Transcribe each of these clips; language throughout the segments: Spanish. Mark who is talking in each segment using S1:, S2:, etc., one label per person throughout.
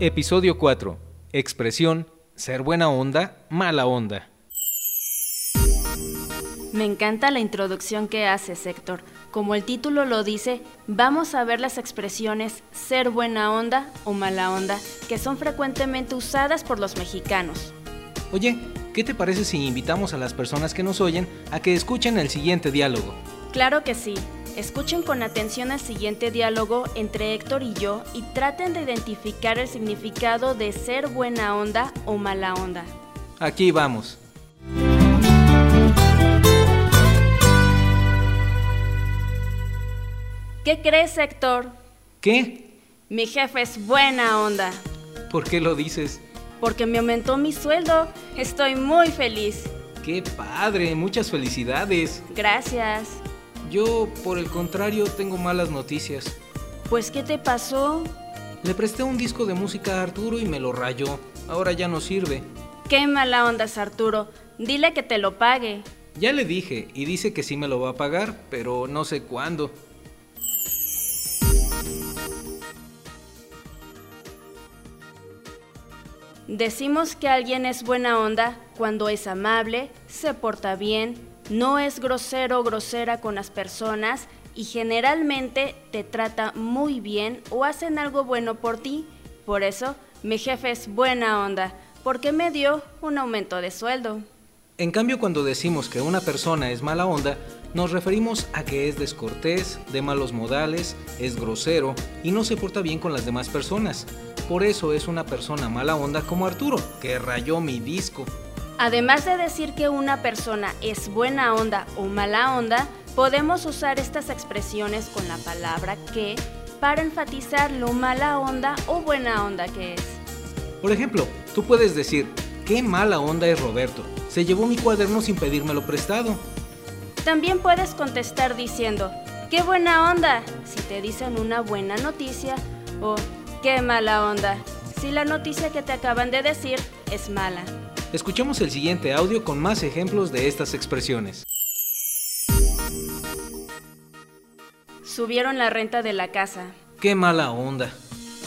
S1: Episodio 4. Expresión, ser buena onda, mala onda.
S2: Me encanta la introducción que haces, Héctor. Como el título lo dice, vamos a ver las expresiones ser buena onda o mala onda que son frecuentemente usadas por los mexicanos.
S1: Oye, ¿qué te parece si invitamos a las personas que nos oyen a que escuchen el siguiente diálogo?
S2: Claro que sí. Escuchen con atención el siguiente diálogo entre Héctor y yo y traten de identificar el significado de ser buena onda o mala onda.
S1: Aquí vamos.
S2: ¿Qué crees, Héctor?
S1: ¿Qué?
S2: Mi jefe es buena onda,
S1: ¿Por qué lo dices?
S2: porque me aumentó mi sueldo. Estoy muy feliz.
S1: ¡Qué padre! Muchas felicidades.
S2: Gracias.
S1: Yo, por el contrario, tengo malas noticias.
S2: Pues, ¿qué te pasó?
S1: Le presté un disco de música a Arturo y me lo rayó. Ahora ya no sirve.
S2: Qué mala onda es Arturo. Dile que te lo pague.
S1: Ya le dije y dice que sí me lo va a pagar, pero no sé cuándo.
S2: Decimos que alguien es buena onda cuando es amable, se porta bien, no es grosero o grosera con las personas y generalmente te trata muy bien o hacen algo bueno por ti. Por eso, mi jefe es buena onda, porque me dio un aumento de sueldo.
S1: En cambio, cuando decimos que una persona es mala onda, nos referimos a que es descortés, de malos modales, es grosero y no se porta bien con las demás personas. Por eso es una persona mala onda como Arturo, que rayó mi disco.
S2: Además de decir que una persona es buena onda o mala onda, podemos usar estas expresiones con la palabra que para enfatizar lo mala onda o buena onda que es.
S1: Por ejemplo, tú puedes decir, qué mala onda es Roberto, se llevó mi cuaderno sin pedírmelo prestado.
S2: También puedes contestar diciendo, ¡qué buena onda! si te dicen una buena noticia o ¡qué mala onda! si la noticia que te acaban de decir es mala.
S1: Escuchamos el siguiente audio con más ejemplos de estas expresiones.
S2: Subieron la renta de la casa.
S1: Qué mala onda.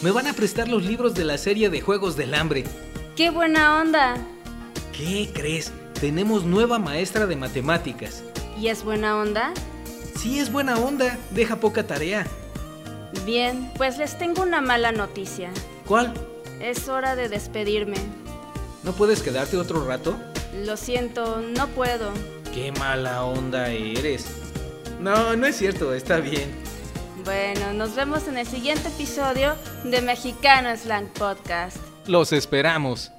S1: Me van a prestar los libros de la serie de Juegos del Hambre.
S2: ¡Qué buena onda!
S1: ¿Qué crees? Tenemos nueva maestra de matemáticas.
S2: ¿Y es buena onda?
S1: Sí es buena onda, deja poca tarea.
S2: Bien, pues les tengo una mala noticia.
S1: ¿Cuál?
S2: Es hora de despedirme.
S1: ¿No puedes quedarte otro rato?
S2: Lo siento, no puedo.
S1: Qué mala onda eres. No, no es cierto, está bien.
S2: Bueno, nos vemos en el siguiente episodio de Mexicano Slang Podcast.
S1: Los esperamos.